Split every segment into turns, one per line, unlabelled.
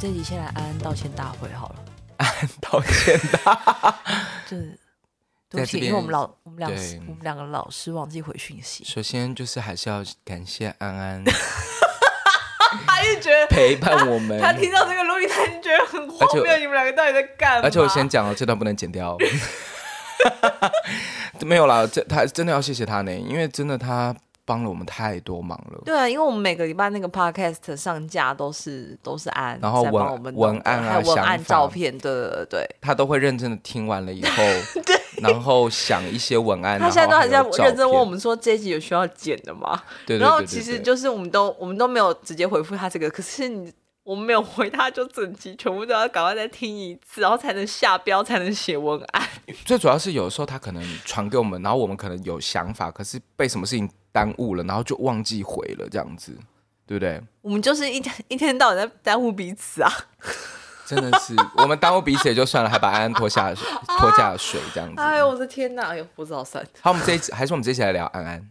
这集先来安安道歉大会好了，
道歉的，
就是对不
在
起，
这边
因为我们老我们两
对
我们两个老师忘记回讯息，
首先就是还是要感谢安安
他就觉得
陪伴我们，
他听到这个录音，他就觉得很荒
而且
谬，
我
你们两个到底在干嘛？
而且我先讲哦，这段不能剪掉。 没有啦，这他真的要谢谢他呢，因为真的他帮了我们太多忙了。
对啊，因为我们每个礼拜那个 podcast 上架都是都是安，
然后
在
文
帮我们弄的
文案啊
还有文
想
案
法
照片，对对对对。
他都会认真的听完了以 后，然后想一些文案。
他现在都还在
然后还有照片
认真问我，们说这一集有需要剪的吗？
对对对对
然后其实
对
就是我们都我们都没有直接回复他这个，可是你我们没有回他，就整集全部都要赶快再听一次，然后才能下标，才能写文案。
最主要是有的时候他可能传给我们，然后我们可能有想法，可是被什么事情耽误了，然后就忘记回了，这样子，对不对？
我们就是一天一天到晚在耽误彼此啊！
真的是，我们耽误彼此也就算了，还把安安拖下水，拖下水这样子。
啊哎呦我的天哪！哎呦，不知道算。
好，我们这一集还是我们这一集来聊安 安。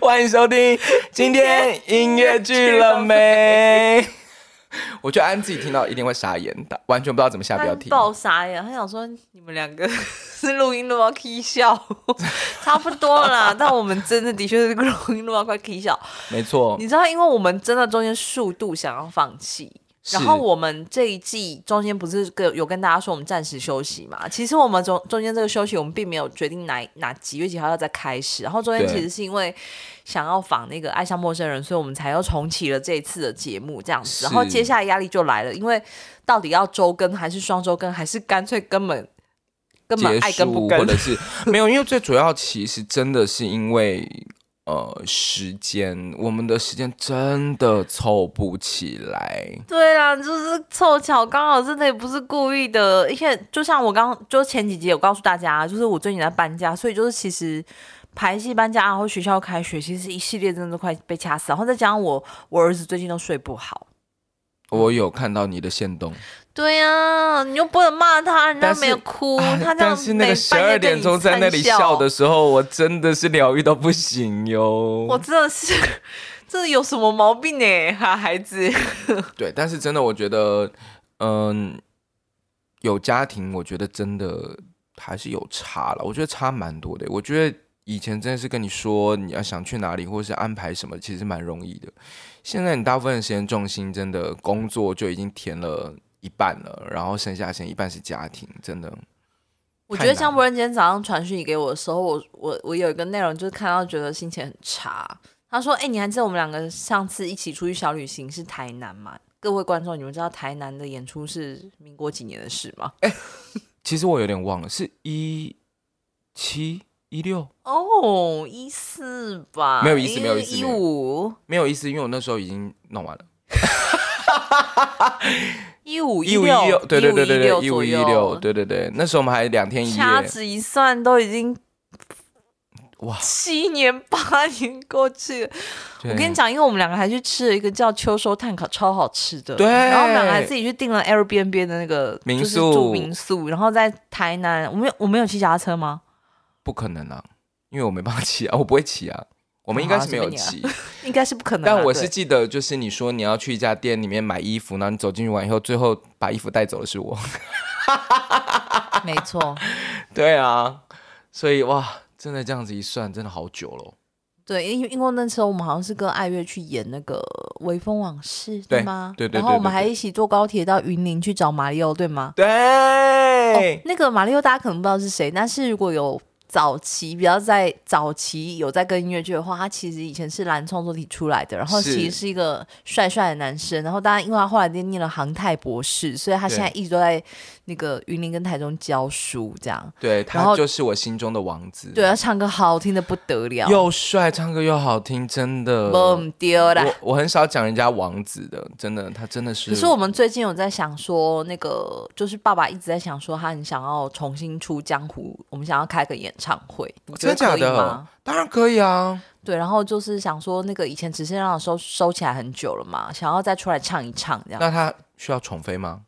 欢迎收听今天音乐剧了没？我觉得安自己听到一定会傻眼的，完全不知道怎么下
他
标题。
嗯爆傻眼，他想说你们两个 是录音录到 k 笑， 差不多啦。但我们真的的确是录音录到快 k 笑。
没错
你，知道，因为我们真的中间速度想要放弃，
是
然后我们这一季中间不是跟有跟大家说我们暂时休息嘛？其实我们中中间这个休息，我们并没有决定哪哪几月几号要再开始。然后中间
对
其实是因为想要仿那个《爱上陌生人》，所以我们才又重启了这一次的节目这样子。
是
然后接下来压力就来了，因为到底要周更还是双周更，还是干脆根本根本
结
爱跟不
束
跟
或？者是没有，因为最主要其实真的是因为呃时间，我们的时间真的凑不起来。
对啦，就是凑巧，刚好真的也不是故意的，而且就像我刚就前几集有告诉大家，就是我最近在搬家，所以就是其实排戏搬家，然啊后学校开学，其实一系列真的都快被掐死，然后再加上我我儿子最近都睡不好。
我有看到你的线动，
对呀、你又不能骂他，人家
但是
没有 哭，
啊
哦他这样
但是那个
每
十
半夜对
二点
你
钟在那里
惨
笑的，时候，我真的是疗愈到不行
我
哟。
真的是， 这有什么毛病呢、欸哈，孩子，
对，但是真的，我觉得，嗯、有家庭，我觉得真的还是有差了。我觉得差蛮多的。我觉得以前真的是跟你说你要想去哪里，或者是安排什么，其实蛮容易的。现在你大部分的时间重心真的工作就已经填了一半了，然后剩下的时间一半是家庭，真的。
我
太
觉得
难
江
了
博仁今天早上传讯息给我的时候，我我我有一个内容就是看到觉得心情很差。他说：“哎、你还记得我们两个上次一起出去小旅行是台南吗？各位观众，你们知道台南的演出是民国几年的事吗？”
其实我有点忘了，是一七一六。
哦，一四吧，
没有意思没有意思
一
没有
五
没有意思，因为我那时候已经弄完了。
一五
一五一
六
六，对对对对对，一五
左
一
右
六，对对对，那时候我们还两天一夜，
掐指一算，都已经
哇！
七年八年过去了。
我
我跟你，讲，因为我们两个还去吃了一个叫秋收炭烤，超好吃的。
对
然后我们两个还自己去订了 Airbnb 的那个
民
就是
宿
住民宿，然后在台南，我们有我们有骑脚踏车吗？
不可能啊，因为我没办法骑啊，我不会骑啊，我们应该是没有骑。
应该是不可能啊。
但我是
对
记得，就是你说你要去一家店里面买衣服，然后你走进去完以后，最后把衣服带走的是我。
啊没错，
对啊，所以哇，真的这样子一算，真的好久了。
对，因为因为那时候我们好像是跟爱乐去演那个《微风往事》，
对
吗？
对对对
然后我
对
们
对
还一起坐高铁到云林去找马里奥，对吗？
对，
哦那个马里奥大家可能不知道是谁，但是如果有早期比较在早期有在跟音乐剧的话，他其实以前是蓝创作体出来的，然后
是
其实是一个帅帅的男生，然后当然因为他后来念了航太博士，所以他
对
现在一直都在那个云林跟台中教书这样。
对
然
他
后
就是我心中的王子。
对，他唱歌好听的不得了，
又帅，唱歌又好听，真的。
不丢啦。
我我很少讲人家王子的，真的，他真的是。
可是我们最近有在想说，那个就是爸爸一直在想说，他很想要重新出江湖，我们想要开个演唱会，你觉得
真假
可以
的
吗？？
当然可以啊，
对，然后就是想说，那个以前只是让收收起来很久了嘛，想要再出来唱一唱这样。
那他需要宠妃吗？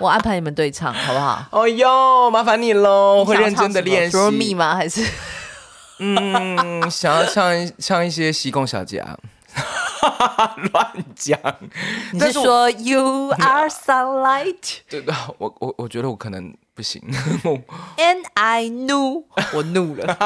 我安排你们对唱好不好？
哦哟，麻烦你喽，
你
会
想要
认真
唱什
的
么
练习。
Through Me 吗？还是
嗯，想要像一像一些西贡小姐啊，乱讲。
你是
但是我
说 You are sunlight
对对，我我我觉得我可能不行。
and I knew？我怒了。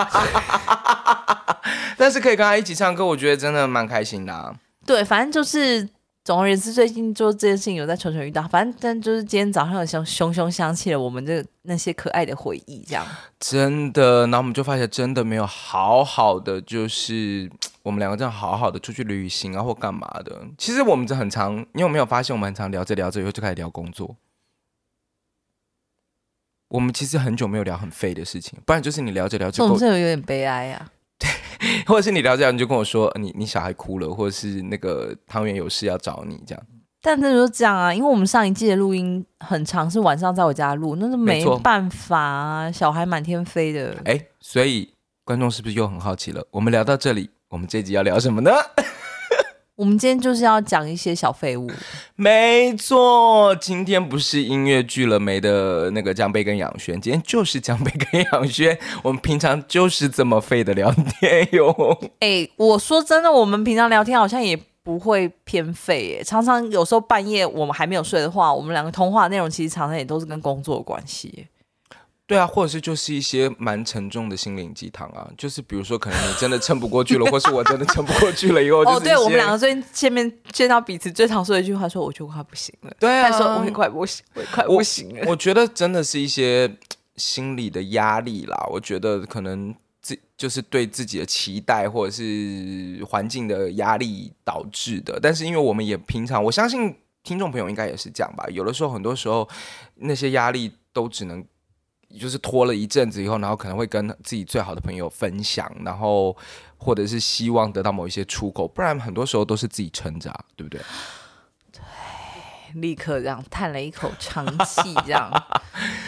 但是可以跟他一起唱歌，我觉得真的蛮开心的、啊。
对，反正就是，总而言之，最近就这件事情有在蠢蠢欲动。反正但就是今天早上有熊熊熊想起了我们这那些可爱的回忆，这样。
真的，然后我们就发现真的没有好好的，就是我们两个这样好好的出去旅行啊，或干嘛的。其实我们这很常，你有没有发现我们很常聊着聊着以后就开始聊工作？我们其实很久没有聊很废的事情，不然就是你聊着聊
所
着
哦以我
够
们这有点悲哀啊。
或者是你聊着聊你就跟我说呃你你小孩哭了，或者是那个汤圆有事要找你这样。
但这就是这样啊，因为我们上一季的录音很长，是晚上在我家录，那是
没
没
错
办法啊，小孩满天飞的。
哎、所以观众是不是又很好奇了？我们聊到这里，我们这集要聊什么呢？
我们今天就是要讲一些小废物，
没错，今天不是音乐剧了没的那个江贝跟杨轩，今天就是江贝跟杨轩。我们平常就是这么废的聊天哟。
哎、我说真的，我们平常聊天好像也不会偏废、欸，常常有时候半夜我们还没有睡的话，我们两个通话内容其实常常也都是跟工作有关系、欸。
对啊，或者是就是一些蛮沉重的心灵鸡汤啊，就是比如说可能你真的撑不过去了，或是我真的撑不过去了以后，
哦，
就是一
对，
些
我们两个最近见面见到彼此最常说的一句话说，我觉得我快不行了。
对啊，
他说我也快不行，我也快
我
不行了。
我觉得真的是一些心理的压力啦。我觉得可能自就是对自己的期待或者是环境的压力导致的。但是因为我们也平常，我相信听众朋友应该也是这样吧。有的时候，很多时候那些压力都只能。就是拖了一阵子以后，然后可能会跟自己最好的朋友分享，然后或者是希望得到某一些出口，不然很多时候都是自己撑着、啊，对不对？
立刻这样叹了一口长气，这 样。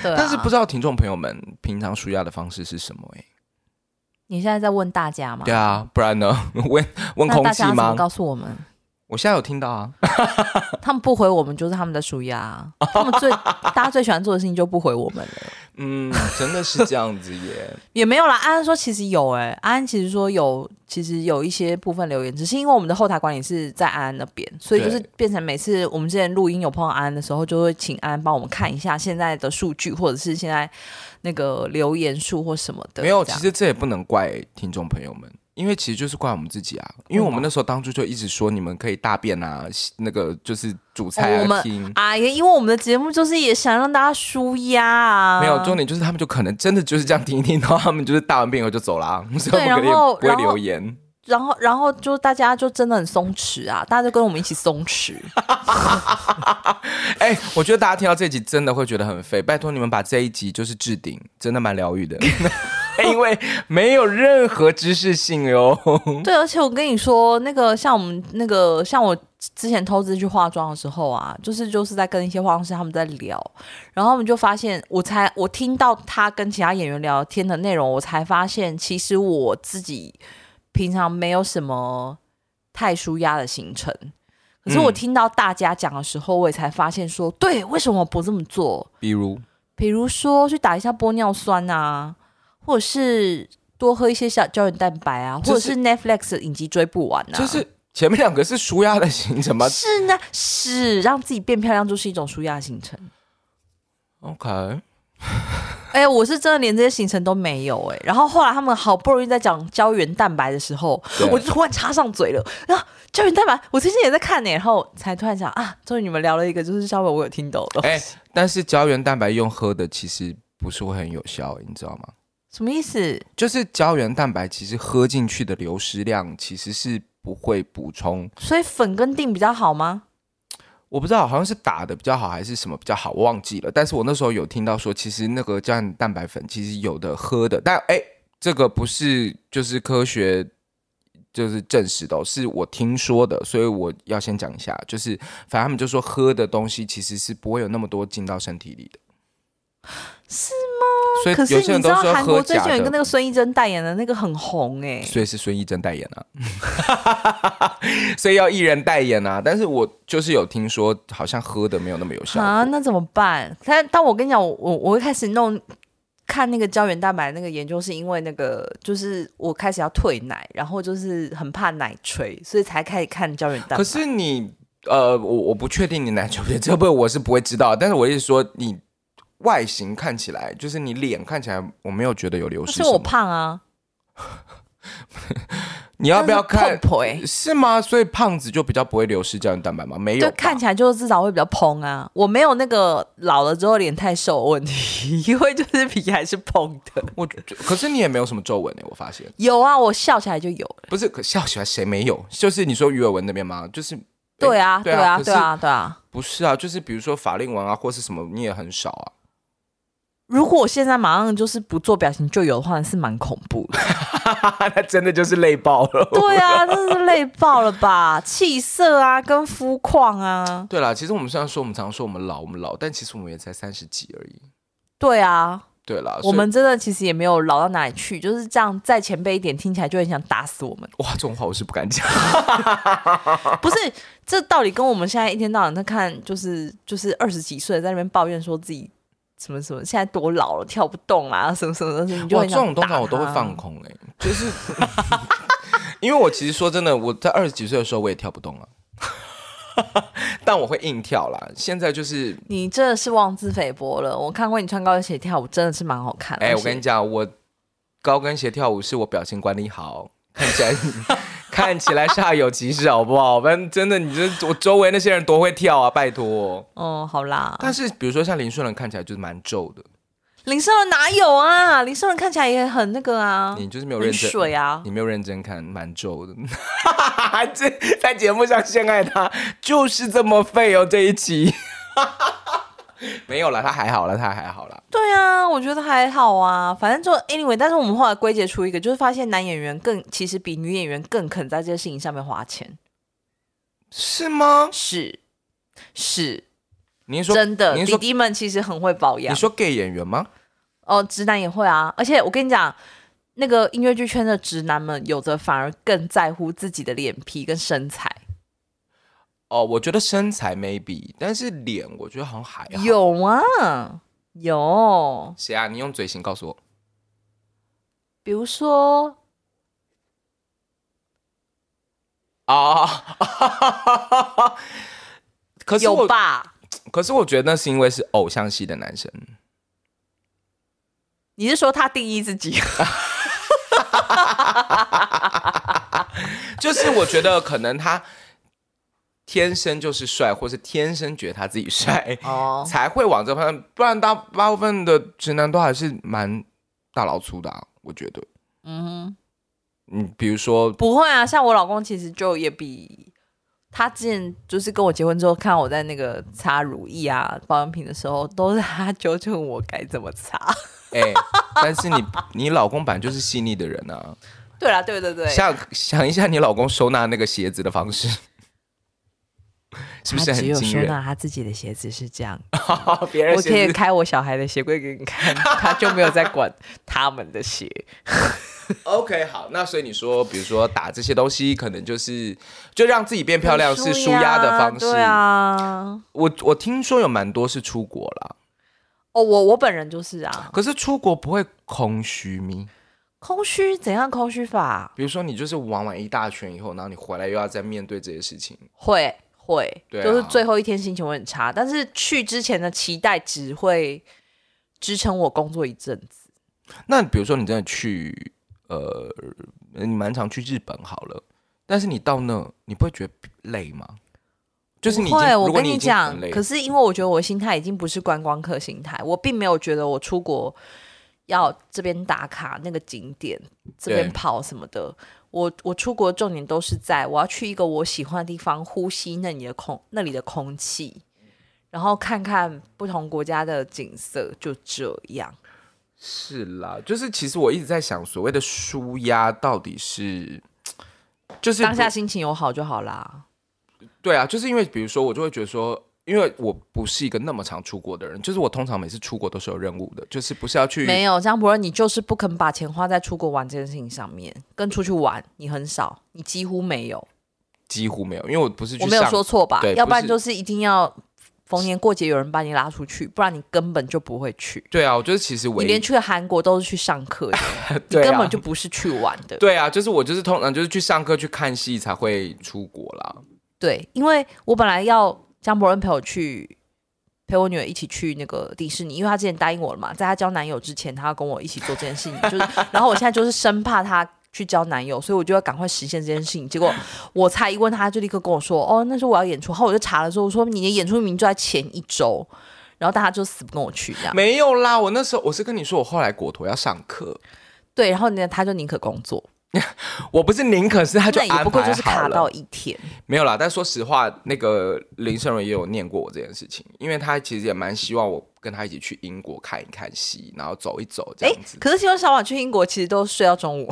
对、啊，
但是不知道听众朋友们平常舒压的方式是什么、欸？
你现在在问大家吗？
对啊，不然呢？ 问问
那
空
大
气
家怎么
吗？
告诉我们？
我现在有听到啊，
他们不回我们就是他们的属压啊，他们最大家最喜欢做的事情就不回我们了，
嗯，真的是这样子耶。
也没有啦。安安说其实有哎、安安其实说有，其实有一些部分留言，只是因为我们的后台管理是在安安那边，所以就是
对
变成每次我们之前录音有碰到安安的时候，就会请安安帮我们看一下现在的数据，或者是现在那个留言数或什么的。
没有，
这
其
样
实这也不能怪听众朋友们，因为其实就是怪我们自己啊。因为我们那时候当初就一直说你们可以大便啊，那个就是煮菜
哦我
啊
们
听。
哎呀，因为我们的节目就是也想让大家舒压啊，
没有，重点就是他们就可能真的就是这样听一听，然后他们就是大完便以后就走啦、 所以我
对然
们肯定
后
不会
然后
留言。
然后，然后就大家就真的很松弛啊，大家就跟我们一起松弛。
哎、我觉得大家听到这一集真的会觉得很废，拜托你们把这一集就是置顶，真的蛮疗愈的， 因为没有任何知识性哟。
对，而且我跟你说，那个像我们那个像我之前偷自去化妆的时候啊，就是就是在跟一些化妆师他们在聊，然后我们就发现，我才我听到他跟其他演员聊天的内容，我才发现其实我自己平常没有什么太舒压的行程。可是我
嗯
听到大家讲的时候，我也才发现说，对，为什么我不这么做？
比如，
比如说去打一下玻尿酸啊，或者是多喝一些小胶原蛋白啊，
就是
或者是 Netflix 的影集追不完啊，
就是前面两个是舒压的行 程吗
是呢，是让自己变漂亮就是一种舒压行程。
？OK，
哎、我是真的连这些行程都没有哎、然后后来他们好不容易在讲胶原蛋白的时候
对，
我就突然插上嘴了。然后胶原蛋白，我最近也在看呢、然后才突然想啊，终于你们聊了一个就是稍微我有听懂的，
哎、但是胶原蛋白用喝的其实不是会很有效，你知道吗？
什么意思？
就是胶原蛋白其实喝进去的流失量其实是不会补充，
所以粉跟定比较好吗？
我不知道好像是打的比较好还是什么比较好，我忘记了。但是我那时候有听到说，其实那个胶原蛋白粉其实有的喝的，但哎、这个不是就是科学就是证实的哦、是我听说的，所以我要先讲一下，就是反正他们就说喝的东西其实是不会有那么多进到身体里的，
是
所以
可是
有
你
些
知
人都
道
说
韩
喝
国最
假
近有一个那
的。
个孙艺珍代言的那个很红哎、
所以是孙艺珍代言啊，啊 所以要艺人代言啊。但是我就是有听说，好像喝的没有那么有效果。
啊，那怎么办？但但我跟你讲，我我我一开始弄看那个胶原蛋白那个研究，是因为那个就是我开始要退奶，然后就是很怕奶垂，所以才开始看胶原蛋白。
可是你呃，我我不确定你奶球不这部分我是不会知道，但是我一直说你外形看起来，就是你脸看起来，我没有觉得有流
可
失
是
什
我
么。
胖啊，
你要不要看？
碰哎、
是吗？所以胖子就比较不会流失胶原蛋白吗？没有
就
吧，
看起来就至少会比较蓬啊。我没有那个老了之后脸太瘦的问题， 因为就是皮还是蓬的。
我就，可是你也没有什么皱纹呢，欸我发现
有啊，我笑起来就有。
不是，可笑起来谁没有？就是你说鱼尾纹那边吗？就是
对啊，
对
对
啊
啊，
可
对
是
啊，对啊。
不是啊？就是比如说法令纹啊，或是什么，你也很少 啊。
如果我现在马上就是不做表情就有的话，是蛮恐怖的。
那真的就是累爆了。
对 啊，真是累爆了吧？气色啊，跟肤况啊，
对啦，其实我们虽然说我们常说我们老，我们老，但其实我们也才三十几而已。
对啊，
对啦，
我
所以
们真的其实也没有老到哪里去，就是这样再前辈一点，听起来就很想打死我们。
哇，这种话我是不敢讲。啊
不是，这到底跟我们现在一天到晚在看，就是就是二十几岁在那边抱怨说自己什么什么，现在多老了，跳不动啦、什么什么的，你 就
哇，
很
这
想
种通
打
常我都会
他
放。空哎、就是 因为我其实说真的，我在二十几岁的时候我也跳不动了、 但我会硬跳啦。现在就是，
你真的是妄自菲薄了。我看过你穿高跟鞋跳舞，真的是蛮好看的。
哎、
而
我跟
且
你讲，我高跟鞋跳舞是我表情管理好，看起来看起来煞有其事，好不好？反正真的，你这我周围那些人多会跳啊，拜托。
哦，好啦，
但是比如说像林顺仁看起来就是蛮皱的，
林胜文哪有啊？林胜文看起来也很那个啊，
你就是没有认
很
真。
水啊。
你没有认真看，蛮皱的。 这在节目上陷害他，就是这么废哦！这一期 没有了，他还好了，他还好了。
对啊，我觉得还好啊，反正就 anyway。但是我们后来归结出一个，就是发现男演员更其实比女演员更肯在这些事情上面花钱。
是吗？
是是，
您说
真的，
您
弟啊
说
弟们其实很会保
你
养。
说 gay 演员吗？
哦，直男也会啊，而且我跟你讲，那个音乐剧圈的直男们，有的反而更在乎自己的脸皮跟身材，
哦，我觉得身材 maybe，但是脸我觉得好像还好。
有啊，有，
谁啊？你用嘴型告诉我。
比如说
哦，可是
有
我，
吧？
可是我觉得那是因为是偶像系的男生。
你是说他定义自己？
就是我觉得可能他天生就是帅，或是天生觉得他自己帅，
哦，
才会往这方面。不然大大部分的直男都还是蛮大老粗的、啊，我觉得。
嗯。
嗯，比如说，
不会啊，像我老公其实就也比他之前就是跟我结婚之后，看到我在那个擦乳液啊、保养品的时候，都是他纠正我该怎么擦。
哎、但是你你老公本来就是细腻的人啊，
对啦，对对对，
想想一下你老公收纳那个鞋子的方式， 是不是
他只
很
有
惊
收
人？
纳他自己的鞋子是这 样，
哦别
我
人
可
鞋
以
子
开我小孩的鞋柜给你看，他就没有在管他们的鞋。
OK，好，那所以你说，比如说打这些东西，可能就是就让自己变 漂亮是舒压的方式，
对啊。
我我听说有蛮多是出国啦，
哦，我我本人就是啊，
可是出国不会空虚咪？
空虚怎样空虚法？
比如说你就是玩完一大圈以后，然后你回来又要再面对这些事情，
会会，
对啊
就是最后一天心情会很差，但是去之前的期待只会支撑我工作一阵子。
那比如说你真的去，呃，你蛮常去日本好了，但是你到那，你不会觉得累吗？就是你已
不
经，
会，我
如果
跟
你已经
讲
很累，
可是因为我觉得我的心态已经不是观光客心态，我并没有觉得我出国要这边打卡那个景点，这边
对
跑什么的。我我出国重点都是在我要去一个我喜欢的地方，呼吸那里的空那里的空气，然后看看不同国家的景色，就这样。
是啦，就是其实我一直在想，所谓的舒压到底是，就是
当下
不
心情有好就好啦。
对啊，就是因为比如说，我就会觉得说，因为我不是一个那么常出国的人，就是我通常每次出国都是有任务的，就是不是要去
没有，张博仁，你就是不肯把钱花在出国玩这件事情上面，跟出去玩你很少，你几乎没有。
几乎没有，因为我不是去
我没有
上
说错吧
对？
要不然
不是
就是一定要逢年过节有人把你拉出去，不然你根本就不会去。
对啊，我觉得其实
你
唯一
连去韩国都是去上课的，你
对啊
根本就不是去玩 的。
对啊，就是我就是通常就是去上课去看戏才会出国啦。
对，因为我本来要江博恩陪我去，陪我女儿一起去那个迪士尼，因为她之前答应我了嘛，在她交男友之前，她要跟我一起做这件事情，就是，然后我现在就是生怕她。去交男友，所以我就要赶快实现这件事情。结果我才一问她，她就立刻跟我说：“哦，那时候我要演出。”后来我就查了说：“我说你的演出名就在前一周。”然后大家就死不跟我去这样。
没有啦，我那时候我是跟你说，我后来果陀要上课，
对，然后呢，她就宁可工作，
我不是宁可是他就
那也
安
不过就
排
是
好
卡
了
到。一天。
没有啦，但说实话，那个林胜荣也有念过我这件事情，因为他其实也蛮希望我跟他一起去英国看一看戏，然后走一走这
哎
样子，。
可是希望小婉去英国其实都睡到中午。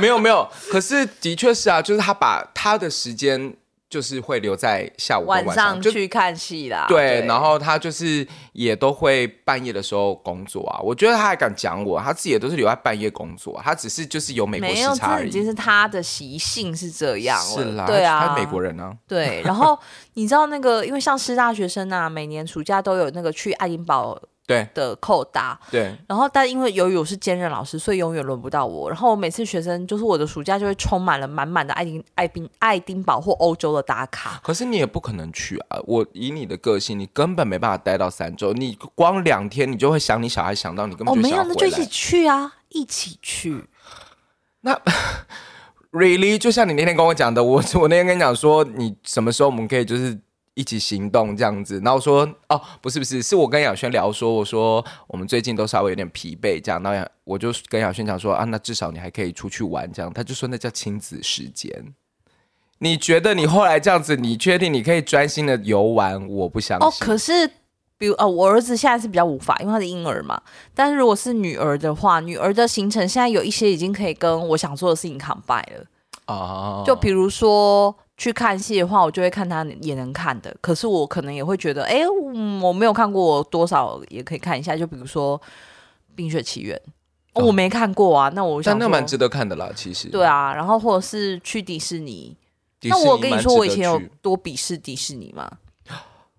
没有没有，可是的确是啊，就是他把他的时间就是会留在下午跟晚
晚上
就
去看戏啦。
对，然后他就是也都会半夜的时候工作啊。我觉得他还敢讲我，他自己也都是留在半夜工作啊、他只是就是有美国
没
时
有，
差
这
而
已
已。
经是他的习性是这样了。
是啦，
对啊，
他是美国。人啊，
对，然后你知道那个，因为像师大学生啊，每年暑假都有那个去爱丁堡
对
的扣打，
对，
然后但因为由于我是兼任老师，所以永远轮不到我。然后我每次学生就是我的暑假就会充满了满满的爱丁爱丁爱丁堡或欧洲的打卡。
可是你也不可能去啊！我以你的个性，你根本没办法待到三周，你光两天你就会想你小孩，想到你根
哦，
本就
没
想
有，
要
那
回
就一
来。
起去啊，一起去。
really，就像你那天跟我讲的，我 我那天跟你讲说，你什么时候我们可以就是一起行动这样子。然后我说哦，不是不是，是我跟雅轩聊说，我说我们最近都稍微有点疲惫这样。然后雅我就跟雅轩讲说啊，那至少你还可以出去玩这样。他就说那叫亲子时间。你觉得你后来这样子，你确定你可以专心的游玩？我不相信。
哦，可是比如呃，我儿子现在是比较无法，因为他是婴儿嘛。但是如果是女儿的话，女儿的行程现在有一些已经可以跟我想做的事情 combine 了。
哦
就比如说去看戏的话，我就会看他也能看的，可是我可能也会觉得，哎、嗯我没有看过，我多少也可以看一下。就比如说《冰雪奇缘》哦
哦
我没看过啊，那我想
但那
说
蛮值得看的啦，其实。
对，啊，然后或者是去迪士尼，
迪士
那
尼
我跟你
蛮
说，
值
我以
得
前有
去
多鄙视迪士尼吗？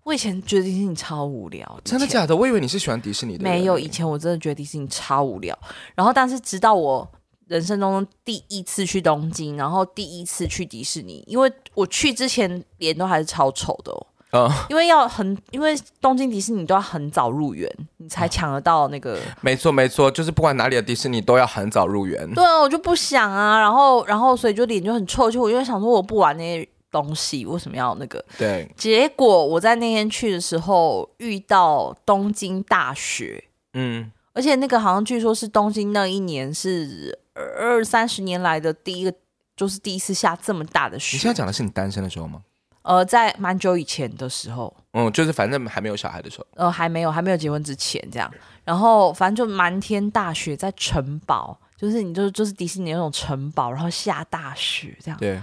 我以前觉得迪士尼超无聊，以
真的
前
假的？我以为你是喜欢迪士尼的人欸。
没有，以前我真的觉得迪士尼超无聊。然后，但是直到我人生中第一次去东京，然后第一次去迪士尼，因为我去之前脸都还是超丑的哦，
嗯，
因为要很，因为东京迪士尼都要很早入园，你才
嗯
抢得到那个。
没错没错，就是不管哪里的迪士尼都要很早入园。
对啊，我就不想啊，然后，然后所以就脸就很臭，就我就想说我不玩那些东西，为什么要那个？
对，
结果我在那天去的时候遇到东京大学，
嗯，
而且那个好像据说是东京那一年是二二三十年来的第一个，就是第一次下这么大的
你
雪。
现在讲的是你单身的时候吗？
呃，在蛮久以前的时候，
嗯，就是反正还没有小孩的时候。
呃，还没有呃还没有结婚之前这样，然后反正就漫天大雪在城堡，就是你就就是迪士尼那种城堡，然后下大雪这样，
对，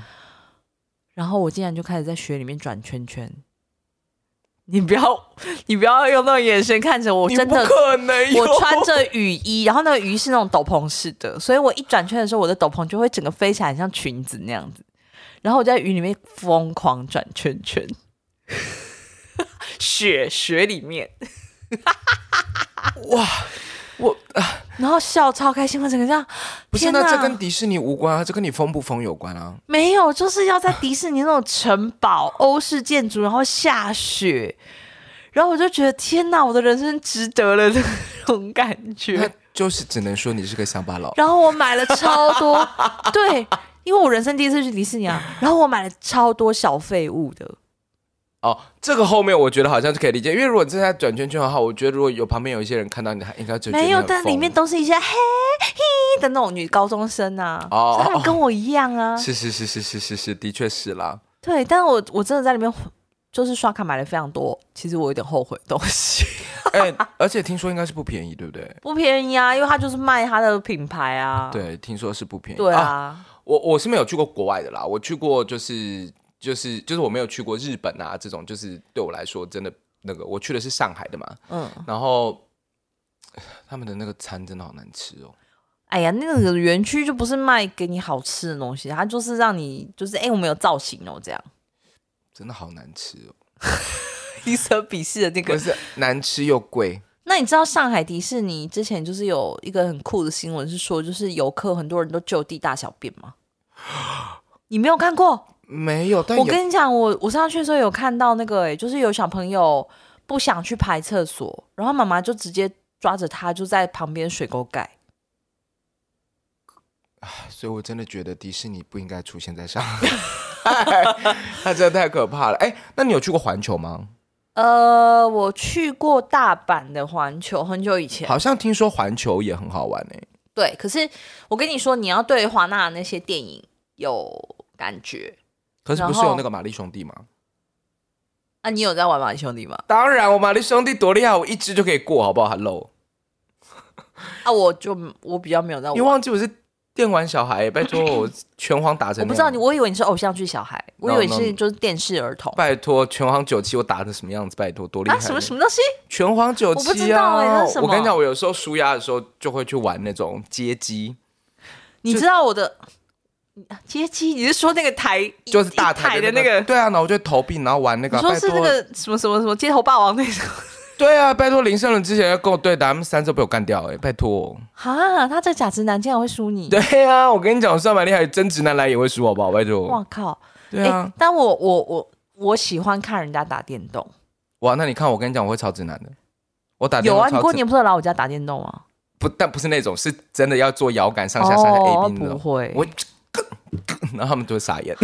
然后我竟然就开始在雪里面转圈圈。你不要，你不要用那种眼神看着我，
你
真
不
的
可 能有，
我穿着雨衣，然后那个雨衣是那种斗篷式的，所以我一转圈的时候，我的斗篷就会整个飞起来，很像裙子那样子。然后我就在雨里面疯狂转圈圈，雪雪里面，
我
然后笑超开心，我整个这样，
不是
天哪
那这跟迪士尼无关啊，这跟你疯不疯有关啊。
没有，就是要在迪士尼那种城堡、欧式建筑，然后下雪，然后我就觉得天哪，我的人生值得了那种感觉。
那就是只能说你是个乡巴佬。
然后我买了超多， 对，因为我人生第一次去迪士尼啊，然后我买了超多小废物的，
哦，这个后面我觉得好像是可以理解，因为如果你正在转圈圈的话，我觉得如果有旁边有一些人看到你，他应该就觉得
没有，
你很
但里
疯
面都是一些嘿嘿的那种女高中生啊，
哦
所以他们跟我一样啊，
是是是是是是是，的确是啦。
对，但我我真的在里面就是刷卡买了非常多，其实我有点后悔的东西，
哎、而且听说应该是不便宜，对不对？
不便宜啊，因为他就是卖他的品牌啊，
对，听说是不便宜。
对啊，
我我是没有去过国外的啦，我去过就是就是就是我没有去过日本啊这种，就是对我来说真的那个，我去的是上海的嘛，
嗯，
然后唉他们的那个餐真的好难吃哦。
哎呀，那个园区就不 是卖给你好吃的东西，它就是让你就是哎、我们有造型哦这样。
真的好难吃哦，
你所鄙视的那
可
个。
是难吃又贵。
那你知道上海迪士尼之前就是有一个很酷的新闻，是说就是游客很多人都就地大小便吗？ 你没有看过？
没有，但
我
也
跟你讲，我我上去的时候有看到那个、欸，就是有小朋友不想去排厕所，然后妈妈就直接抓着他就在旁边水沟盖。
所以我真的觉得迪士尼不应该出现在上海， 那真的太可怕了。哎，那你有去过环球吗？
呃，我去过大阪的环球，很久以前。
好像听说环球也很好玩哎、
对，可是我跟你说，你要对华纳的那些电影有感觉
可是不是
然后
有那个玛丽兄弟吗？
啊？你有在玩《马里兄弟》吗？
当然，我玛丽兄弟多厉害，我一支就可以过，好不好？Hello，
啊，我就我比较没有在
你
玩。
忘记我是电玩小孩，拜 托，我拳皇打成
我不
那
知道
样
你，我以为你是偶像剧小孩，我以
No，
为
no，
是
no
就是电视儿童
拜托，拳皇九七我打成什么样子？拜托，多厉害！
啊，什么什么东西？
拳皇九
我不知
七
道欸
啊！
那是什么
我跟你讲，我有时候输压的时候就会去玩那种街机，
你知道我的街机？你是说那个台
就是大
台
台的
那个？
对啊，然后我就投币，然后玩那个
你
啊。
说是那
拜托
个什么什么什么街头霸王 那种
对啊，拜托林胜伦之前要跟我对打，他们三次被我干掉哎、拜托。
啊？他这假直男竟然会输你？
对啊，我跟你讲，我算蛮厉害，真直男来也会输，好不好？拜托。
哇靠！
对啊
欸，但我我我我喜欢看人家打电动。
哇，那你看我跟你讲，我会超直男的。我打电
有
话
啊，你
超
过
直
年不是有来我家打电动吗？
不，但不是那种，是真的要做摇杆上下上下 A
哦
B 那
不
种。
会，
我， 然后他们就会傻眼。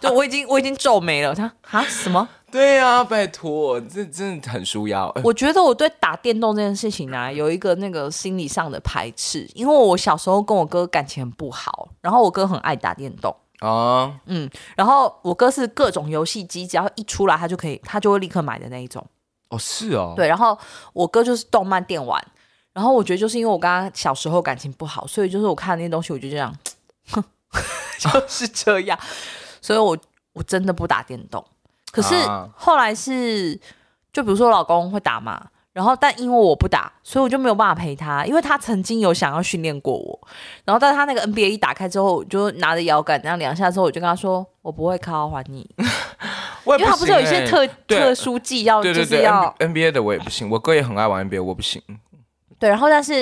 就我已经我已经皱眉了。他啊什么？
对啊，拜托，这真的很舒压。哎
我觉得我对打电动这件事情啊，有一个那个心理上的排斥，因为我小时候跟我哥感情很不好，然后我哥很爱打电动。
啊，
嗯，然后我哥是各种游戏机，只要一出来他就可以，他就会立刻买的那一种。
哦是哦，
对，然后我哥就是动漫电玩，然后我觉得就是因为我跟他小时候感情不好，所以就是我看那些东西我就这样， 哼，就是这样，所以我我真的不打电动。可是
啊
后来是，就比如说我老公会打嘛，然后但因为我不打，所以我就没有办法陪他，因为他曾经有想要训练过我，然后但他那个 NBA 一打开之后，我就拿着摇杆这样两下之后，我就跟他说我不会靠还你，
我也
因为他不是
行
有一些
哎
特
对
特殊技要
对
就
对
是
对
要
N B A 的我也不行，我哥也很爱玩 NBA，我不行。
对，然后但是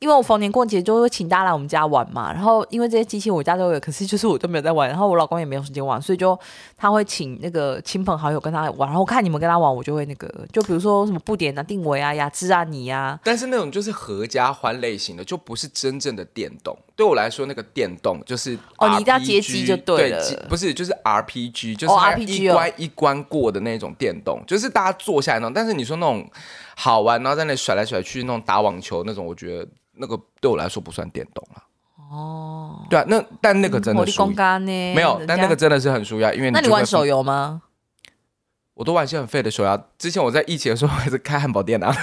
因为我逢年过节就会请大家来我们家玩嘛，然后因为这些机器我家都有，可是就是我都没有在玩，然后我老公也没有时间玩，所以就他会请那个亲朋好友跟他玩，然后我看你们跟他玩，我就会那个，就比如说什么布点啊、定维啊、雅芝啊、你啊，
但是那种就是合家欢类型的，就不是真正的电动。对我来说，那个电动就是
哦你一定要
RPG
街机就对
对
了
机不是就是 RPG，就是
哦
那个
RPG
一
哦
关一关过的那种电动，就是大家坐下来那种。但是你说那种好玩，然后在那里甩来甩去那种打网球那种，我觉得那个对我来说不算电动了。
哦，
对啊，那但那个真
嗯火
的
力
是
公干呢？
没有
人，
但
家
那个真的是很舒压，因为
那你
就会
玩手
发，
游吗？
我都玩一些很废的手游。啊之前我在疫情的时候还是开汉堡店
哦
啊，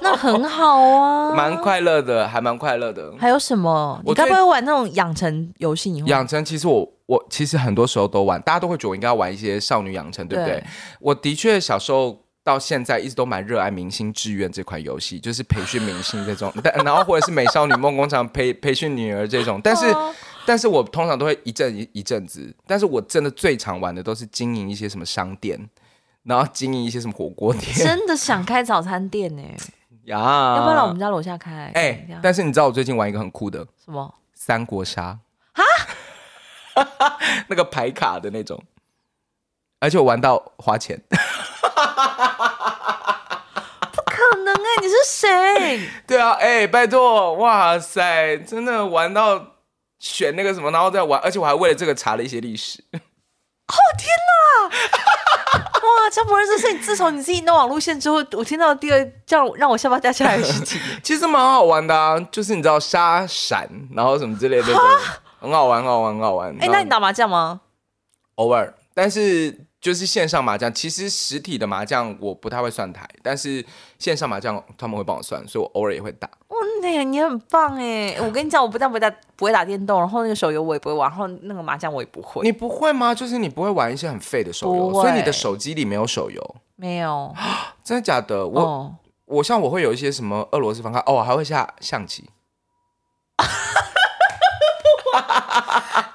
那很好啊，
蛮。快乐的，还蛮快乐的。
还有什么？你
我
该
最
不会玩那种养成游戏？你会
养成其实我我其实很多时候都玩，大家都会觉得我应该玩一些少女养成，对不对？
对
我的确小时候到现在一直都蛮热爱《明星志愿》这款游戏，就是培训明星这 种，但然后或者是《美少女梦工厂》培培训女儿这种，但是、
哦
但是我通常都会一阵一一阵子，但是我真的最常玩的都是经营一些什么商店，然后经营一些什么火锅店
真的想开早餐店呢、
呀，
要不要来我
要
们家楼下开？
啊哎、
这样
但是你知道我最近玩一个很酷的
什么？
三国杀啊， 那个牌卡的那种，而且我玩到花钱，
可能哎、你是谁？
对啊，哎、拜托，哇塞，真的玩到选那个什么，然后再玩，而且我还为了这个查了一些历史，
哇，这不认识是你。自从你自己弄网路线之后，我听到第二这样让我下巴掉下来的 事情。
其实蛮好玩的啊，就是你知道沙闪，然后什么之类的，很好玩，很好玩，很好玩。
哎、那你打麻将吗？
偶尔，但是就是线上麻将，其实实体的麻将我不太会算台，但是线上麻将他们会帮我算，所以我偶尔也会打。
哇，哦那你很棒哎、我跟你讲，我不但不打不会打电动，然后那个手游我也不会玩，然后那个麻将我也不会。
你不会吗？就是你不会玩一些很废的手游，
不会
所以你的手机里没有手游，
没有，
真的假的？我、
哦，
我像我会有一些什么俄罗斯方块，哦，我还会下象棋。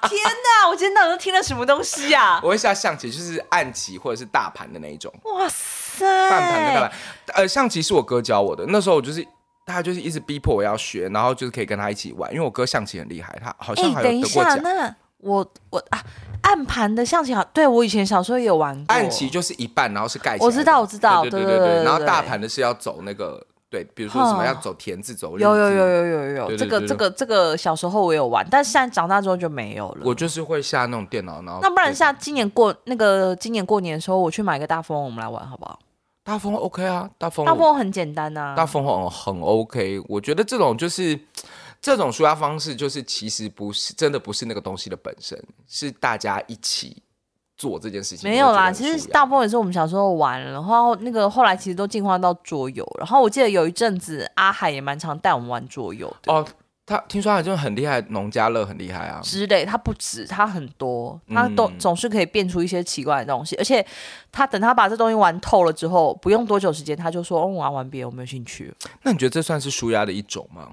天哪！我今天脑都听听了什么东西啊呀、
我会下象棋，就是暗棋或者是大盘的那一种，
哇塞！
半盘跟大盘。呃，象棋是我哥教我的，那时候我就是他就是一直逼迫我要学，然后就是可以跟他一起玩，因为我哥象棋很厉害，他好像
哎、
还
等
有
一
得过
下，
奖。
那我我啊，暗盘的象棋好，对我以前小时候也有玩过
暗棋就是一半，然后是盖起来的。
我知道我知道
对
对
对
对对对
然后
对
大盘的是要走那个，对，比如说什么
哼
要走田字，走日字。
有有有有有有
对对
这个
对对
这个这个小时候我有玩，但是现在长大之后就没有了。
我就是会下那种电脑，然后
那不然
对
下今年过那个今年过年的时候，我去买个大富翁，我们来玩好不好？
大风 OK 啊，大风
大富翁很简单呐、
大风很很 OK，我觉得这种就是这种抒压方式，就是其实不是真的不是那个东西的本身，是大家一起做这件事情。
没有啦，
我觉得
其
很
实
舒压
大部分也是我们小时候玩，然后那个后来其实都进化到桌游。然后我记得有一阵子阿海也蛮常带我们玩桌游的
哦，他听说他真的很厉害，农家乐很厉害啊，
之类，他不止，他很多，他都、
嗯
总是可以变出一些奇怪的东西。而且他等他把这东西玩透了之后，不用多久时间，他就说：“哦，我要玩别的，我没有兴趣。
那你觉得这算是舒压的一种吗？”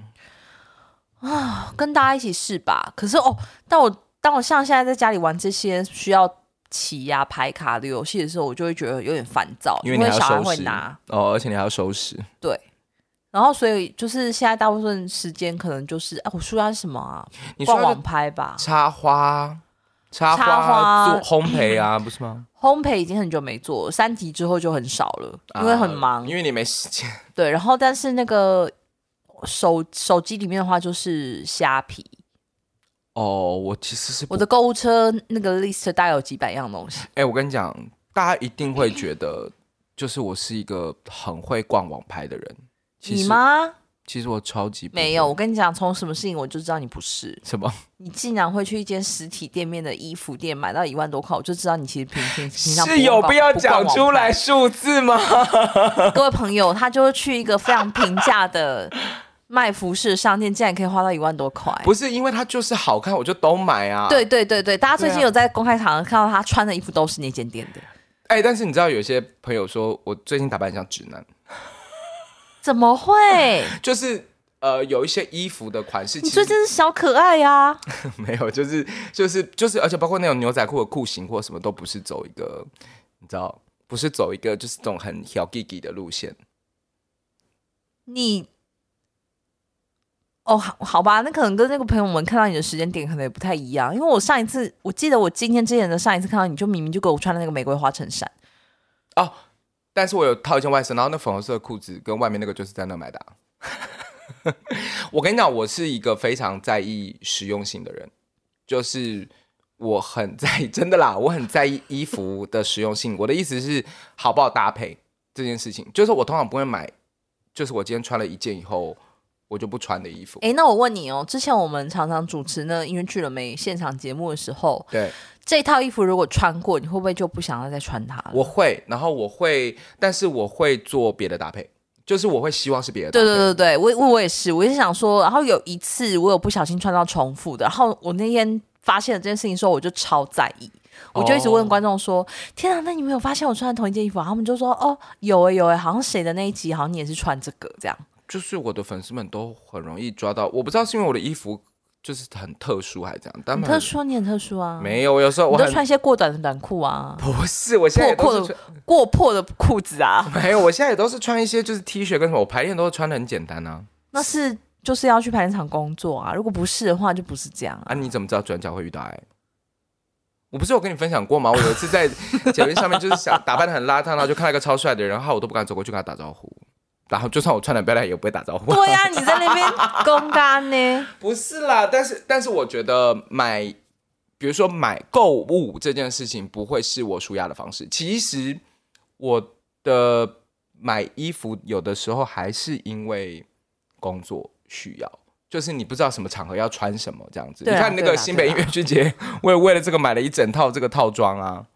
跟大家一起试吧。可是哦，当我当我像现在在家里玩这些需要棋呀、牌卡的游戏的时候，我就会觉得有点烦躁，
因为
为
你还要
小孩
收
会
拾
拿。
哦，而且你还要收拾。
然后，所以就是现在大部分时间可能就是，哎、我说要什么啊？
你说
逛
要
网拍吧。
插花、插花、
插花
做烘 焙啊，不是吗？
烘焙已经很久没做了，三级之后就很少了，因为很
啊
忙。
因为你没时间。
对，然后但是那个手手机里面的话就是虾皮，
哦，我其实是不
我的购物车那个 list 大概有几百样东西。
哎、我跟你讲，大家一定会觉得，就是我是一个很会逛网拍的人。其
你
实，
吗？
其实我超级不会
没有，我跟你讲，从什么事情我就知道你不是。
什么
你竟然会去一间实体店面的衣服店买到一万多块，我就知道你其实平平平常不
是有
逛
必要
不逛
讲
网
出
拍
来数字吗？
各位朋友，他就会去一个非常平价的卖服饰的商店，竟然可以花到一万多块。
不是，因为它就是好看，我就都买啊。
对，对对对，大家最近
对啊
有在公开场合看到他穿的衣服都是那间店的，
哎、但是你知道，有些朋友说我最近打扮很像直男，
怎么会？
就是呃，有一些衣服的款式，
你
其
最
实
近是小可爱呀、
没有，就是就是就是，而且包括那种牛仔裤的裤型或什么，都不是走一个，你知道，不是走一个就是这种很小 gigi 的路线。
你哦，好好吧，那可能跟那个朋友们看到你的时间点可能也不太一样，因为我上一次我记得我今天之前的上一次看到你就明明就给我穿了那个玫瑰花衬衫，
哦，但是我有套一件外身，然后那粉红色的裤子跟外面那个就是在那买的啊、 我跟你讲，我是一个非常在意实用性的人，就是我很在意，真的啦，我很在意衣服的实用性。我的意思是好不好搭配这件事情，就是我通常不会买，就是我今天穿了一件以后我就不穿的衣服。
诶，那我问你哦，之前我们常常主持那音乐剧了没现场节目的时候，
对，
这套衣服如果穿过，你会不会就不想要再穿它了？
我会，然后我会，但是我会做别的搭配，就是我会希望是别的搭
对
配。
对对对，我我我也是，我也是想说，然后有一次我有不小心穿到重复的，然后我那天发现了这件事情之后，我就超在意，我就一直问观众说：“天啊，那你们有发现我穿同一件衣服啊？”他们就说：“哦，有诶、有诶、好像谁的那一集好像你也是穿这个这样。
就是我的粉丝们都很容易抓到，我不知道是因为我的衣服就是很特殊还是怎样，”但
很特、殊，你很特殊啊，
没有，我有时候
你
我
都
很
穿一些过短的短裤 啊，
不是，我现在也
破
都
破
是
的过破的裤子啊，
穿没有，我现在也都是穿一些就是 T 恤跟什么，我排练都是穿的很简单啊。
那是就是要去排练场工作啊，如果不是的话就不是这样啊。
啊，你怎么知道转角会遇到爱？我不是有跟你分享过吗？我有一次 在捷运上面，就是想打扮的很邋遢，然后就看到一个超帅的人，然后我都不敢走过去跟他打招呼，然后就算我穿的漂亮，也不会打招 呼。
对呀、啊你在那边公干呢？
不是啦，但是但是我觉得买，比如说买购物这件事情不会是我舒压的方式。其实我的买衣服有的时候还是因为工作需要。就是你不知道什么场合要穿什么这样子，
对啊
你看那
对
个
啊
新
对啊
北音乐剧节，我也为了这个买了一整套这个套装啊。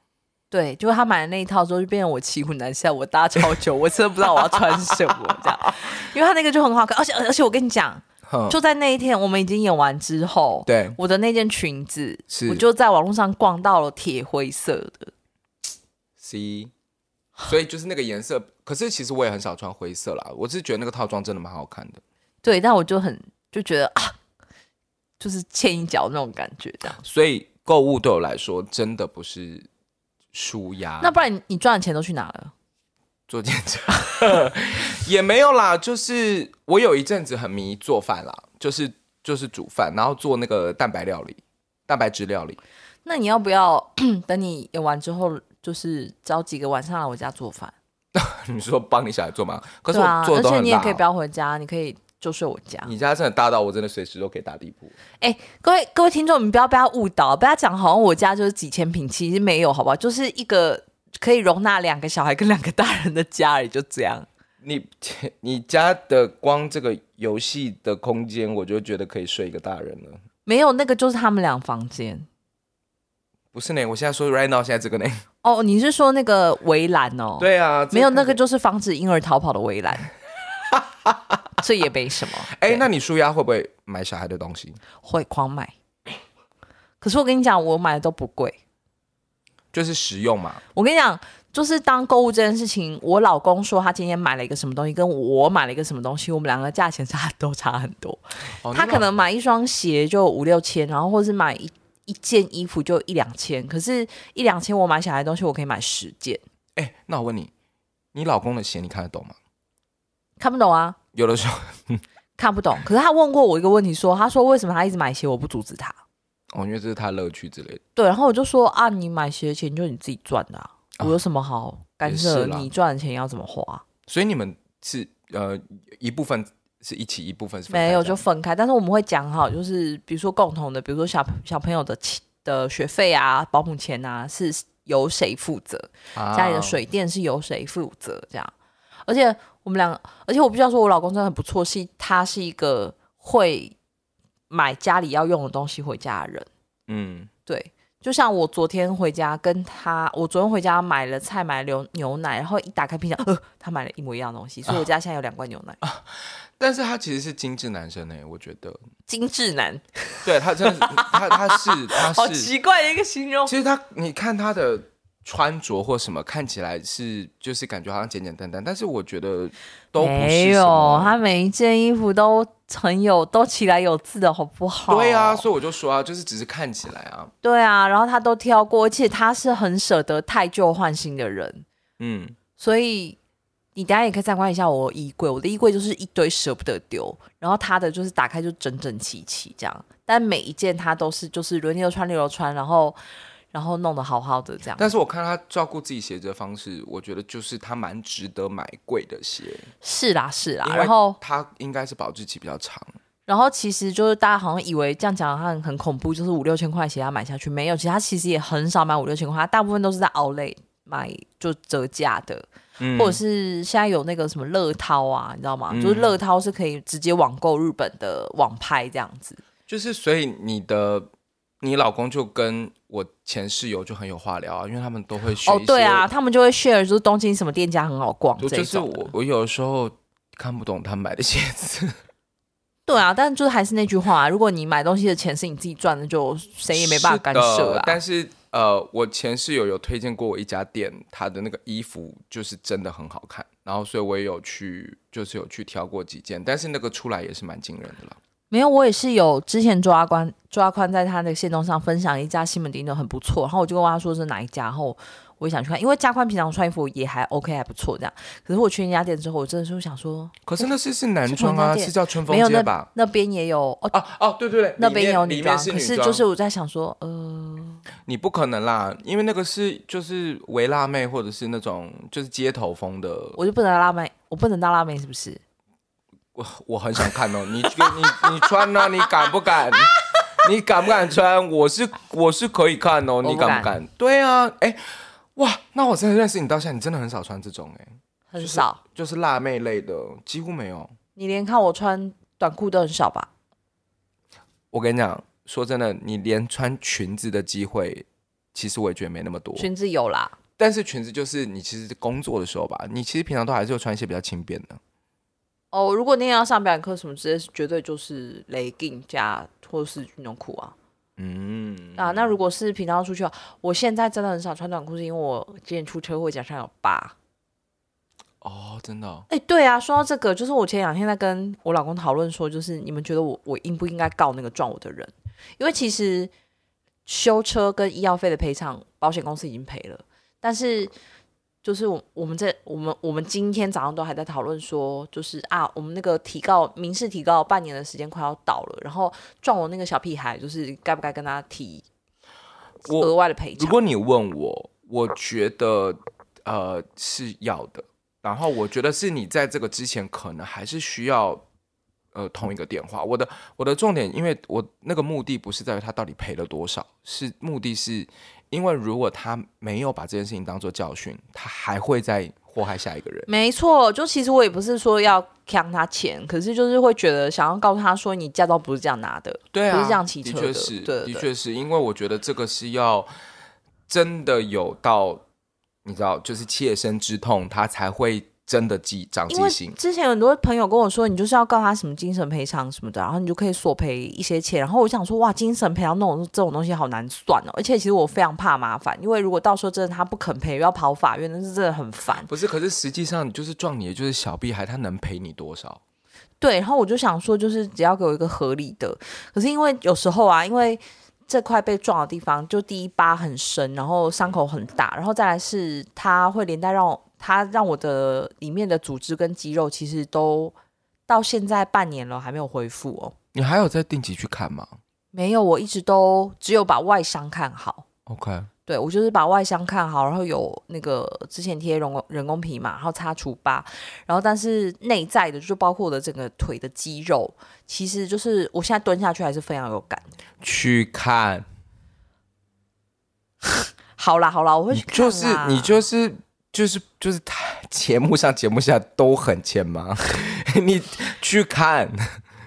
对，就是他买的那一套之后，就变成我骑虎难下，我搭超久，我真的不知道我要穿什么这样，因为他那个就很好看，而且而且我跟你讲，
哼，
就在那一天我们已经演完之后，
嗯对
我的那件裙子，
是
我就在网络上逛到了铁灰色的，
C，所以就是那个颜色。可是其实我也很少穿灰色啦，我只是觉得那个套装真的蛮好看的。
对，但我就很就觉得啊，就是欠一脚那种感觉，这样
所以购物对我来说真的不是舒压，
那不然你你赚的钱都去哪了？
做检查 也没有啦，就是我有一阵子很迷做饭啦，就是就是煮饭，然后做那个蛋白料理、蛋白质料理。
那你要不要 等你演完之后，就是找几个晚上来我家做饭？
你说帮你小孩做吗？可
对
是我
啊，
做
而
的都
且
很
你
大、
也可以不要回家，你可以就睡我家。
你家真的大到我真的随时都可以打地铺。
哎、各位各位听众，你们不要被他误导，被他讲好像我家就是几千平，其实没有，好不好？就是一个可以容纳两个小孩跟两个大人的家而已，就这样。
你 你家的光这个游戏的空间，我就觉得可以睡一个大人了。
没有那个就是他们俩房间。
不是呢，我现在说 right now 现在这个呢？
哦，你是说那个围栏哦？，
对啊，这
没有那
看
个
起
就是防止婴儿逃跑的围栏， 这也没什么。
来。哎，
对
那你舒压会不会买小孩的东西？
会狂买，可是我跟你讲，我买的都不贵。
就是实用嘛。
我跟你讲，就是当购物这件事情，我老公说他今天买了一个什么东西，跟我买了一个什么东西，我们两个价钱差都差很多。
哦
他
那
可能买一双鞋就五六千，然后或是买一一件衣服就一两千，可是，一两千我买小孩的东西，我可以买十件，
哎、那我问你，你老公的鞋你看得懂吗？
看不懂啊，
有的时候，
看不懂。可是他问过我一个问题说他说为什么他一直买鞋，我不阻止他。
哦，因为这是他乐趣之类的。
对，然后我就说啊，你买鞋的钱就你自己赚的、啊，
啊
我有什么好干
也是
涉
啦
你赚的钱要怎么花？
所以你们是呃一部分是一起，一部分是分开
没有就
这样
分开，但是我们会讲好，就是比如说共同的，比如说小小朋友的钱的学费啊、保姆钱啊，是由谁负责？
啊
家里的水电是由谁负责这样。而且我们两个，而且我必须要说，我老公真的很不错，是他是一个会买家里要用的东西回家的人。
嗯，
对，就像我昨天回家跟他，我昨天回家买了菜，买了牛牛奶，然后一打开冰箱，呃，他买了一模一样的东西，所以我家现在有两罐牛
啊
奶。
但是他其实是精致男生呢、欸我觉得，
精致男，
对他真的是他他是
好
他是，
奇怪的一个形容。
其实他你看他的。穿着或什么看起来是，就是感觉好像简简单单，但是我觉得都不
没
是什
有，
么。
他每一件衣服都很有，都起来有字的好不好？
对啊，所以我就说啊，就是只是看起来啊，
对啊，然后他都挑过，而且他是很舍得太旧换新的人，
嗯，
所以你等一下也可以参观一下我的衣柜。我的衣柜就是一堆舍不得丢，然后他的就是打开就整整齐齐这样，但每一件他都是就是轮流穿，轮流穿，然后然后弄得好好的这样。
但是我看他照顾自己鞋子的方式，我觉得就是他蛮值得买贵的鞋，
是啦是啦
因，为
然后
他应该是保质期比较长。
然后其实就是大家好像以为这样讲他很很恐怖，就是五六千块鞋他买下去没有，其实他其实也很少买五六千块，他大部分都是在 Outlet 买就折价的。
嗯
或者是现在有那个什么乐淘啊，你知道吗？
嗯
就是乐淘是可以直接网购日本的网拍这样子。
就是，所以你的你老公就跟我前室友就很有话聊啊，因为他们都会学
哦
一些，
对啊，，他们就会 share 就是东京什么店家很好逛
就
这一
就是
种的。
我我有的时候看不懂他买的鞋子，
对啊，但就是还是那句话、啊如果你买东西的钱是你自己赚的，就 谁也没办法干
是
涉
的
啊。
但是呃，我前室友有推荐过我一家店，他的那个衣服就是真的很好看，然后所以我也有去，就是有去挑过几件，但是那个出来也是蛮惊人的了。
没有，我也是有之前周阿宽周阿宽在他的线动上分享一家西门町的很不错，然后我就问他说是哪一家，然后我也想去看，因为加宽平常穿衣服也还 OK 还不错这样。可是我去那家店之后，我真的是想说
可是那是是男
是
装
同一
啊，
家店
是叫春风
没有
街
那
吧？
那边也有哦，
哦哦，对对对，
那
里
边
面
有
里
女
面
装，
是
可
女
是
装
就是我在想说，呃，
你不可能啦，因为那个是就是维辣妹或者是那种就是街头风的，我
我就不能当辣妹，我不能当辣妹是不是？
我我很想看 哦，你你你穿啊，你敢不敢？你敢不敢穿？我是我是可以看哦，
不
你敢
敢
不敢？对啊，哎，哇，那我真的认识你到现在，你真的很少穿这种哎，
很少，
就是辣妹类的几乎没有。
你连看我穿短裤都很少吧？
我跟你讲，说真的，你连穿裙子的机会，其实我也觉得没那么多。
裙子有啦，
但是裙子就是你其实工作的时候吧，你其实平常都还是会穿一些比较轻便的。
哦，如果那天要上表演课什么之类，是绝对就是雷 e 加或是运动裤啊、
嗯
啊。那如果是平常出去的话，我现在真的很少穿短裤，是因为我之前出车祸，脚上有疤。
哦，真的哦、
哎、对啊，说到这个，就是我前两天在跟我老公讨论说，就是你们觉得我我应不应该告那个撞我的人？因为其实修车跟医药费的赔偿，保险公司已经赔了，但是就是我我们在我们我们今天早上都还在讨论说，就是啊，我们那个提告民事提告半年的时间快要到了，然后撞我那个小屁孩，就是该不该跟他提
我
额外的赔
如
偿？
果你问我，我觉得呃是要的。然后我觉得是你在这个之前可能还是需要呃同一个电话。我的我的重点，因为我那个目的不是在于他到底赔了多少，是目的是因为如果他没有把这件事情当做教训，他还会再祸害下一个人。
没错，就其实我也不是说要坑他钱，可是就是会觉得想要告诉他说，你驾照不是这样拿的，
对啊，
不是这样骑车
的
的
确是，
对对
的确是因为我觉得这个是要真的有到你知道，就是切身之痛，他才会真的记长
因为
记性。
之前有很多朋友跟我说，你就是要告他什么精神赔偿什么的，然后你就可以索赔一些钱。然后我想说，哇，精神赔偿那种这种东西好难算哦。而且其实我非常怕麻烦，因为如果到时候真的他不肯赔，又要跑法院，那是真的很烦。
不是，可是实际上你就是撞你的就是小屁孩，他能赔你多少？
对，然后我就想说，就是只要给我一个合理的。可是因为有时候啊，因为这块被撞的地方，就第一疤很深，然后伤口很大，然后再来是它会连带让我它让我的里面的组织跟肌肉其实都到现在半年了还没有恢复哦。
你还有在定期去看吗
没有，我一直都只有把外伤看好。
？OK，
对我就是把外伤看好，然后有那个之前贴人工人工皮嘛，然后擦除疤，然后但是内在的就包括我的整个腿的肌肉，其实就是我现在蹲下去还是非常有感的。
去看，
好啦好啦，我会
你
去看
就是
啦
你就是就是就是他节目上节目下都很欠吗？ 你去看。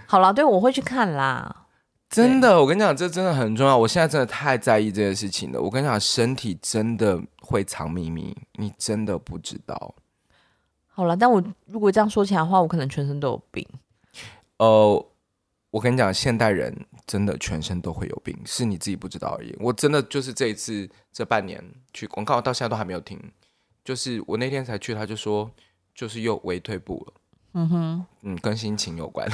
好啦，对我会去看啦。
真的，我跟你讲，这真的很重要。我现在真的太在意这件事情了。我跟你讲，身体真的会藏秘密，你真的不知道。
好啦，但我如果这样说起来的话，我可能全身都有病。
呃，我跟你讲，现代人真的全身都会有病，是你自己不知道而已。我真的就是这一次这半年去广告，到现在都还没有停。就是我那天才去，他就说，就是又微退步了。
嗯哼，
嗯，跟心情有关。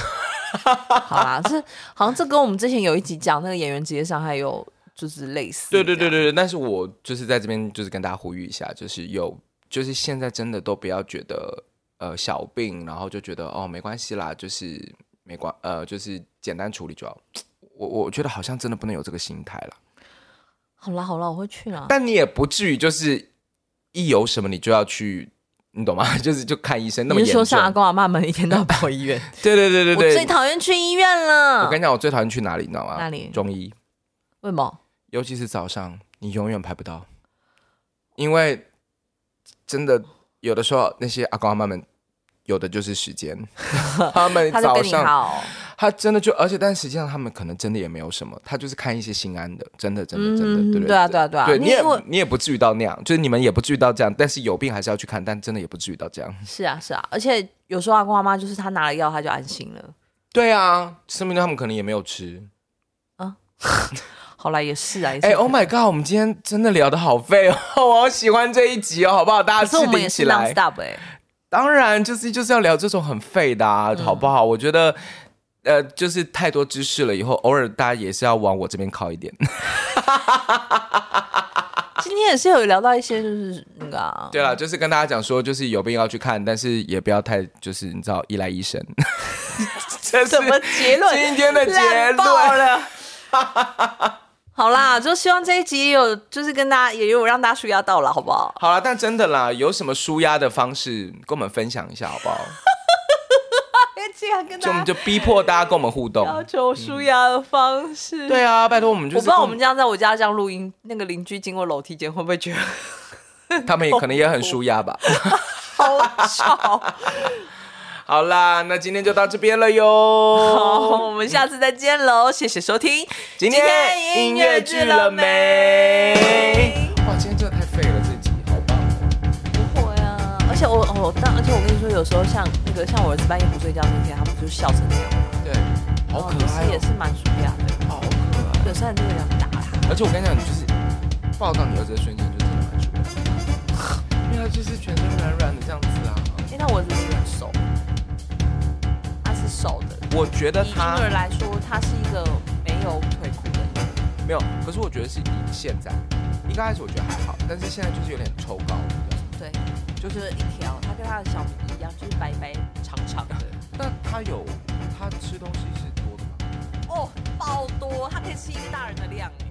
好啦，这好像这跟我们之前有一集讲那个演员职业伤害有就是类似。
对对对对对，但是我就是在这边就是跟大家呼吁一下，就是有就是现在真的都不要觉得呃小病，然后就觉得哦没关系啦，就是没关呃就是简单处理就好。我我觉得好像真的不能有这个心态啦，
好啦好啦，我会去啦。
但你也不至于就是一有什么你就要去，你懂吗？ 就是就看医生那么
你是
严
说像阿
重。
公阿妈们一天到晚跑医院？
对对 对对
我最
对，
讨厌去医院了。
我跟你讲，我最讨厌去哪里，你知道吗？
哪里
中医。
为什么？
尤其是早上，你永远排不到，因为真的有的时候那些阿公阿妈们，有的就是 时间，他们
他就
早
跟你
上
好，
他真的就，而且但实际上他们可能真的也没有什么，他就是看一些心安的，真的真的真的，对不
对啊，对啊，对啊。
对，
你
你也
因为
你也不至于到那样，就是你们也不至于到这样，但是有病还是要去看，但真的也不至于到这样。
是啊，是啊，而且有时候阿公阿妈就是他拿了药他就安心了。
对啊，说明他们可能也没有吃。
好啦，也是啊，也是。
哎、o h my god，我们今天真的聊得好废哦， 我好喜欢这一集哦，好不好？大
可
家
是
置
我们也
顶
是
起
non
来。
stop 哎，
当然，就是就是要聊这种很废的、啊，好不
嗯
好？我觉得，呃，就是太多知识了，以后偶尔大家也是要往我这边靠 一点。
今天也是有聊到一些就是那个 啊，
对了，就是跟大家讲说，就是有病要去看，但是也不要太就是你知道依赖医生。 这是
什么结论？
今天的结
烂爆
论。
了。 好啦，就希望这一集有就是跟大家也有让大家舒压到了，好不 好？
好了，但真的啦，有什么舒压的方式跟我们分享一下，好 不好？
因为这样哎跟
就我
大
们
家
就逼迫大家跟我们互
要
动。
求舒压的方式。
对啊，拜托我们
哦
就是
我不知道
跟
我们这样在我家这样录音，那个邻居经过楼梯间会不会觉得
他们也可能也很舒 压吧。
好吵？
好啦，那今天就到这边了哟。
好，我们下次再见喽，谢谢收听。
今天音乐剧了没？哇，今天真的太废了，这集好棒哦！
不会啊，而且我哦，但而且我跟你说，有时候像那个像我儿子半夜不睡觉那天，他们就笑成这样，
对，
然
好
后
可爱
其实也
哦
是，蛮舒压的。
好可爱。
有时候真的想打他。
而且我跟你讲，你就是抱到你儿子的瞬间，就真的蛮舒服的，因为他就是全身 软软的这样子啊。
因为他我儿子是很瘦，他是瘦的。
我觉得
以婴
他
儿来说，他是一个没有腿裤的人。
没有，可是我觉得是以现在，一刚开始我觉得还好，但是现在就是有点抽高，
对，
就
就是是一条，它跟它的小米一样，就是白白长长的。
但他有他吃东西是多的吗？
哦，爆多，它可以吃一个大人的量哎。